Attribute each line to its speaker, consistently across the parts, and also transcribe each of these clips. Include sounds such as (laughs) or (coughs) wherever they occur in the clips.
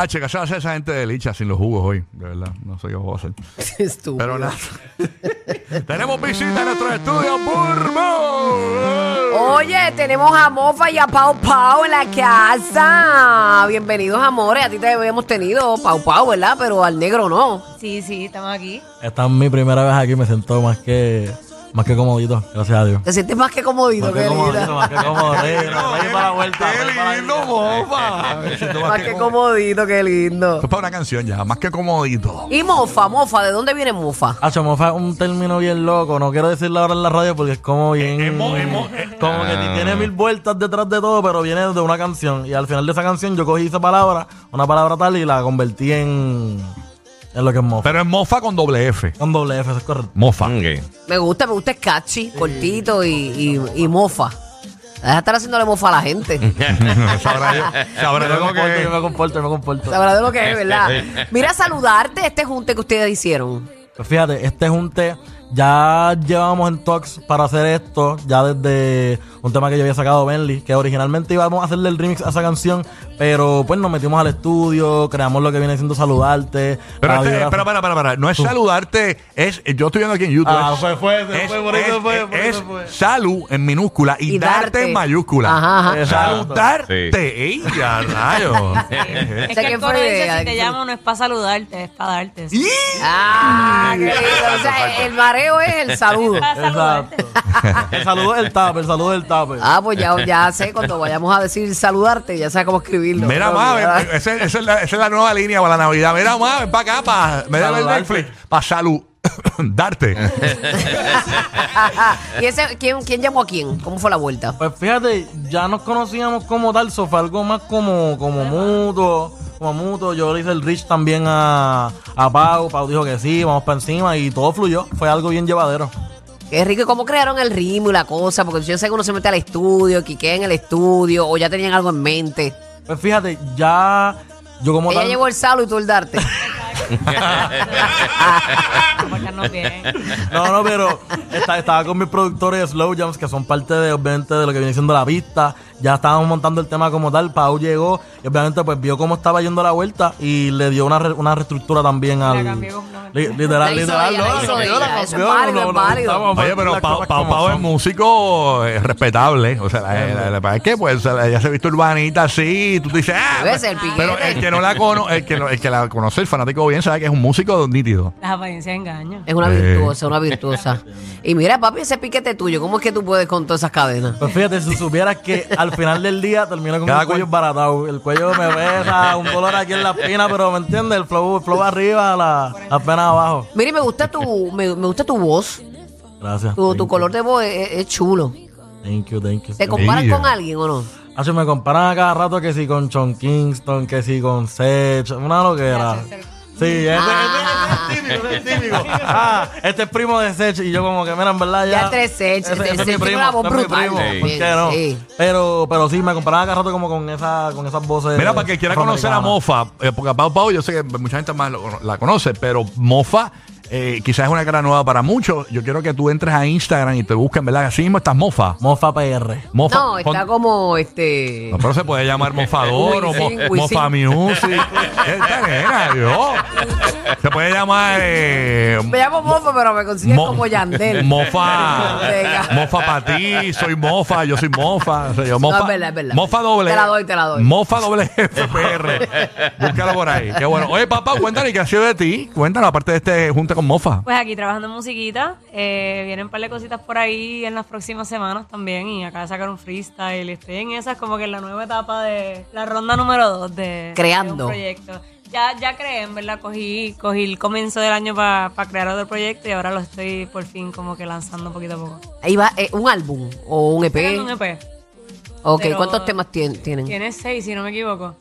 Speaker 1: Ah, che, cachada sea esa gente de licha sin los jugos hoy, de verdad. No sé qué voy a hacer.
Speaker 2: Estúpido.
Speaker 1: Pero nada. (laughs) Tenemos visita en nuestros estudios, Burmo.
Speaker 2: Oye, tenemos a Mofa y a Pau Pau en la casa. Bienvenidos, amores. A ti te habíamos tenido Pau Pau, ¿verdad? Pero al negro no.
Speaker 3: Sí, sí, estamos aquí.
Speaker 4: Esta es mi primera vez aquí, me siento más que más que comodito, gracias a Dios.
Speaker 2: Te sientes más que comodito,
Speaker 4: Más que comodito, más que comodito. (laughs) Ven para la vuelta. ven para la
Speaker 1: ¡Qué lindo,
Speaker 4: vuelta.
Speaker 1: mofa! Me siento
Speaker 2: Más que comodito, qué lindo.
Speaker 1: Esto es para una canción ya, más que comodito.
Speaker 2: Y Mofa, Mofa, ¿de dónde viene Mofa?
Speaker 4: Hacho, mofa es un término bien loco, no quiero decirlo ahora en la radio porque es como bien...
Speaker 1: eh.
Speaker 4: como que tiene mil vueltas detrás de todo, pero viene de una canción. Y al final de esa canción yo cogí esa palabra, una palabra tal, y la convertí en, en lo que es mofa.
Speaker 1: Pero es mofa con doble F.
Speaker 4: Con doble F, eso es correcto.
Speaker 1: Mofa.
Speaker 2: Me gusta, me gusta, es catchy, cortito y, y- y Mofa. Deja de estar haciéndole mofa a la gente.
Speaker 1: (laughs) sabrá yo, sabrá
Speaker 4: Yo
Speaker 1: yo
Speaker 4: me
Speaker 1: lo
Speaker 4: comporto,
Speaker 1: que
Speaker 4: yo me comporto, yo me comporto.
Speaker 2: Sabrá de lo que es, ¿verdad? Mira, saludarte este junte que ustedes hicieron.
Speaker 4: Pues fíjate, este junte ya llevamos en talks para hacer esto, ya desde un tema que yo había sacado Bentley, que originalmente íbamos a hacerle el remix a esa canción, pero pues nos metimos al estudio, creamos lo que viene siendo saludarte.
Speaker 1: Pero
Speaker 4: la
Speaker 1: este,
Speaker 4: biografía.
Speaker 1: espera, espera, espera, espera. No es saludarte, es. Yo estoy viendo aquí en YouTube.
Speaker 4: Ah,
Speaker 1: es-
Speaker 4: fue, fue, se
Speaker 1: es-
Speaker 4: fue, por eso
Speaker 1: es-
Speaker 4: fue, por
Speaker 1: es
Speaker 4: eso fue.
Speaker 1: salud en minúscula y,
Speaker 2: Y
Speaker 1: darte,
Speaker 2: darte.
Speaker 1: en mayúscula.
Speaker 2: Ajá, ajá.
Speaker 4: Exacto.
Speaker 1: Saludarte. ey, ya, rayos.
Speaker 3: (laughs) Es
Speaker 2: sea,
Speaker 3: que
Speaker 2: ¿qué
Speaker 3: el coro
Speaker 2: fue de-
Speaker 3: dice,
Speaker 2: de-
Speaker 3: si te llamo no es para saludarte, es para darte.
Speaker 1: Y-
Speaker 2: Ah, qué lindo. O sea, el mareo es el saludo.
Speaker 3: Para saludarte.
Speaker 4: Exacto. el saludo del tape, el saludo del tape.
Speaker 2: Ah, pues ya, ya sé, cuando vayamos a decir saludarte, ya sabes cómo escribirlo.
Speaker 1: Mira,
Speaker 2: No,
Speaker 1: más,
Speaker 2: ya.
Speaker 1: esa, es- esa es la, esa es la nueva línea para la Navidad. Mira, más, ven para acá, para mira el
Speaker 4: Saludarte.
Speaker 1: Netflix, para salud. (coughs) Darte.
Speaker 2: (laughs) ¿Y ese, quién, quién llamó a quién? ¿Cómo fue la vuelta?
Speaker 4: Pues fíjate, ya nos conocíamos como tal, so fue algo más como, como mutuo, como mutuo. Yo le hice el reach también a, a Pau, Pau dijo que sí, vamos para encima y todo fluyó, fue algo bien llevadero.
Speaker 2: Qué rico, ¿y ¿cómo crearon el ritmo y la cosa? Porque yo sé que uno se mete al estudio, que queda en el estudio, o ya tenían algo en mente.
Speaker 4: Pues fíjate, ya yo como
Speaker 2: Ella
Speaker 4: tal...
Speaker 2: llevó el saludo y tú el darte.
Speaker 3: Para portarnos (laughs) bien.
Speaker 4: No, no, pero esta- estaba con mis productores de Slow Jams, que son parte de, obviamente, de lo que viene siendo la pista. Ya estábamos montando el tema como tal. Pau llegó y obviamente pues vio cómo estaba yendo la vuelta y le dio una, re- una reestructura también al.
Speaker 3: cambió completamente.
Speaker 4: Li- literal,
Speaker 2: La hizo
Speaker 4: literal.
Speaker 2: ella, la hizo
Speaker 4: cambió,
Speaker 2: ella,
Speaker 4: cambió,
Speaker 2: eso es válido, es válido.
Speaker 4: estamos-
Speaker 1: Oye, pero
Speaker 4: las
Speaker 1: Pau
Speaker 4: cosas
Speaker 1: Pau
Speaker 4: como
Speaker 1: Pau es
Speaker 4: son.
Speaker 1: músico eh, respetable. O sea, la, la- la- la- es que pues, la- ella se ha visto urbanita así. Y tú te dices, ah,
Speaker 2: Debe ser
Speaker 1: pero
Speaker 2: piquete.
Speaker 1: el que no la cono, el que, no- el que la conoce, el fanático bien, sabe que es un músico nítido.
Speaker 3: Las apariencias engañan.
Speaker 2: Es una
Speaker 1: Eh.
Speaker 2: virtuosa, una virtuosa. Y mira, papi, ese piquete tuyo, ¿cómo es que tú puedes con todas esas cadenas?
Speaker 4: Pues fíjate, si supieras que al final del día termino con
Speaker 1: Cada
Speaker 4: el cuello embaratado. El cuello me pesa, un dolor aquí en la espina, pero ¿me entiendes? El flow, el flow arriba, la, las penas abajo.
Speaker 2: Mira, y me gusta tu, me, me gusta tu voz,
Speaker 4: Gracias.
Speaker 2: tu,
Speaker 4: Thank
Speaker 2: tu
Speaker 4: you.
Speaker 2: color de voz es, es chulo.
Speaker 4: Thank you, thank you.
Speaker 2: ¿Te comparas
Speaker 1: Ella.
Speaker 2: con alguien o no?
Speaker 4: Hacho, me comparan a cada rato que si con John Kingston, que si con Sech, una loquera. Sí, este,
Speaker 2: Ah.
Speaker 4: este- este es típico, este es típico. Ah, este es primo de Sech y yo como que, mira, en verdad ya...
Speaker 2: Ya tres Sech,
Speaker 4: ese- ese
Speaker 2: tres
Speaker 4: es mi
Speaker 2: Sech,
Speaker 4: primo,
Speaker 2: tiene una voz
Speaker 4: ese es mi
Speaker 2: brutal.
Speaker 4: primo,
Speaker 2: Sí.
Speaker 4: ¿por qué no?
Speaker 2: Sí.
Speaker 4: Pero, pero sí, me comparan a cada rato como con, esa, con esas voces
Speaker 1: Mira, para que quiera conocer a
Speaker 4: afroamericanas.
Speaker 1: Mofa, eh, porque a Pau Pau yo sé que mucha gente más lo- la conoce, pero Mofa eh, quizás es una cara nueva para muchos. Yo quiero que tú entres a Instagram y te busquen, ¿verdad? Así mismo estás Mofa.
Speaker 4: Mofa PR.
Speaker 1: Mofa
Speaker 2: No, está
Speaker 1: pon-
Speaker 2: como este.
Speaker 1: No, pero se puede llamar mofador o mo-
Speaker 2: Wisin, Wisin.
Speaker 1: mofa music. Esta nena, Dios. Se puede llamar eh,
Speaker 2: Me llamo Mofo, pero me consiguen
Speaker 1: mo-
Speaker 2: como
Speaker 1: (laughs)
Speaker 2: Yandel.
Speaker 1: mofa.
Speaker 2: Venga.
Speaker 1: mofa para ti, soy mofa, yo soy mofa. O sea, yo mofa
Speaker 2: No, es verdad, es verdad.
Speaker 1: Mofa doble.
Speaker 2: Te la doy, te la doy.
Speaker 1: Mofa doble FPR. Búscala por ahí. Qué bueno. Oye, papá, cuéntanos qué ha sido de ti. Cuéntanos, aparte de este junta con mofa.
Speaker 3: Pues aquí trabajando en musiquita, eh, vienen un par de cositas por ahí en las próximas semanas también y acá sacar un freestyle. Estoy en esas como que en la nueva etapa de la ronda número 2 de,
Speaker 2: Creando.
Speaker 3: de un proyecto. Ya, ya creé, en verdad, cogí, cogí el comienzo del año para crear otro proyecto y ahora lo estoy por fin como que lanzando poquito a poco.
Speaker 2: Ahí va eh, un álbum o un EP.
Speaker 3: Sacando un E EP.
Speaker 2: ok,
Speaker 3: pero-
Speaker 2: ¿cuántos temas tien- tienen?
Speaker 3: Tiene seis, si no me equivoco.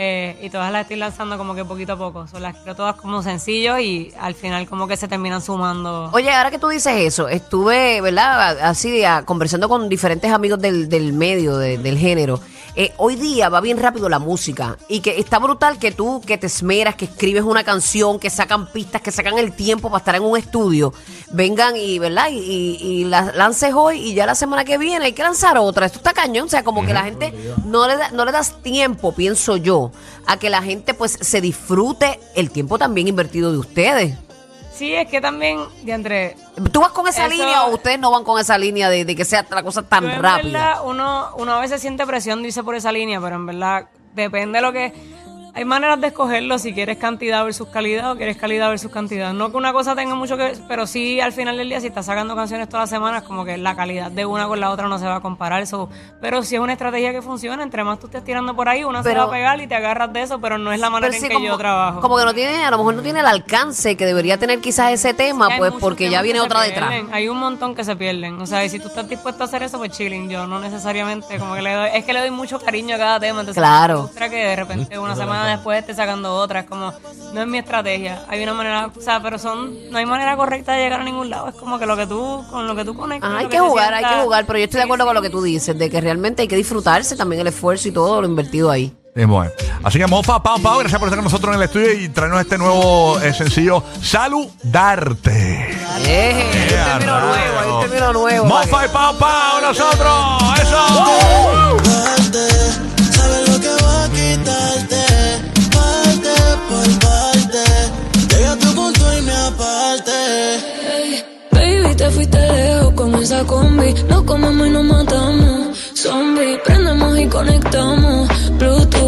Speaker 3: Eh, y todas las estoy lanzando como que poquito a poco. Son las quiero todas como sencillos y al final como que se terminan sumando.
Speaker 2: Oye, ahora que tú dices eso, estuve, ¿verdad? Así ah, conversando con diferentes amigos del, del medio, de- del género. Eh, hoy día va bien rápido la música y que está brutal que tú, que te esmeras, que escribes una canción, que sacan pistas, que sacan el tiempo para estar en un estudio, vengan y, ¿verdad? Y, y- y las lances hoy y ya la semana que viene hay que lanzar otra. Esto está cañón, o sea, como que la gente no le, da- no le das tiempo, pienso yo, tiempo a que la gente pues se disfrute el tiempo también invertido de ustedes.
Speaker 3: Sí, es que también, de entre
Speaker 2: ¿Tú vas con esa
Speaker 3: Eso-
Speaker 2: línea o ustedes no van con esa línea de, de que sea la cosa tan
Speaker 3: Yo, en
Speaker 2: rápida?
Speaker 3: verdad, uno, uno a veces siente presión de irse por esa línea, pero en verdad depende de lo que... Hay maneras de escogerlo si quieres cantidad versus calidad o quieres calidad versus cantidad. No que una cosa tenga mucho que ver, pero sí al final del día, si estás sacando canciones todas las semanas, como que la calidad de una con la otra no se va a comparar. so, pero si es una estrategia que funciona, entre más tú estés tirando por ahí, una se
Speaker 2: Pero-
Speaker 3: va a pegar y te agarras de eso, pero no es la manera
Speaker 2: Pero sí,
Speaker 3: en que
Speaker 2: como,
Speaker 3: yo trabajo.
Speaker 2: como que no tiene, a lo mejor no tiene el alcance que debería tener quizás ese tema,
Speaker 3: Sí, hay
Speaker 2: pues
Speaker 3: muchos
Speaker 2: porque ya
Speaker 3: temas
Speaker 2: viene
Speaker 3: que se
Speaker 2: otra detrás.
Speaker 3: pierden. Hay un montón que se pierden. O sea, y si tú estás dispuesto a hacer eso, pues chilling. Yo no necesariamente, como que le doy, es que le doy mucho cariño a cada tema. Entonces,
Speaker 2: Claro.
Speaker 3: me frustra que de repente una semana después esté sacando otra. Es como, no es mi estrategia. Hay una manera, o sea, pero son, no hay manera correcta de llegar a ningún lado. Es como que lo que tú, con lo que tú conectas.
Speaker 2: Ah,
Speaker 3: lo
Speaker 2: hay que
Speaker 3: te
Speaker 2: jugar, hay
Speaker 3: sienta-
Speaker 2: que jugar, pero yo estoy de acuerdo con lo que tú dices, de que realmente hay que disfrutarse también el esfuerzo y todo lo invertido ahí.
Speaker 1: Eh, bueno. Así que Mofa, Pau, Pau, gracias por estar con nosotros en el estudio y traernos este nuevo eh, sencillo, Saludarte.
Speaker 2: Eh, hay un término nuevo, hay un término nuevo.
Speaker 1: Mofa y Pau, Pau, nosotros. Eso.
Speaker 2: ¡Uh!
Speaker 5: Sabes lo que va a quitarte, parte por parte. Llega tu punto y me aparte.
Speaker 6: Baby, te fuiste lejos con esa combi. No comemos y nos matamos. Zombie, prendemos y conectamos. Bluetooth.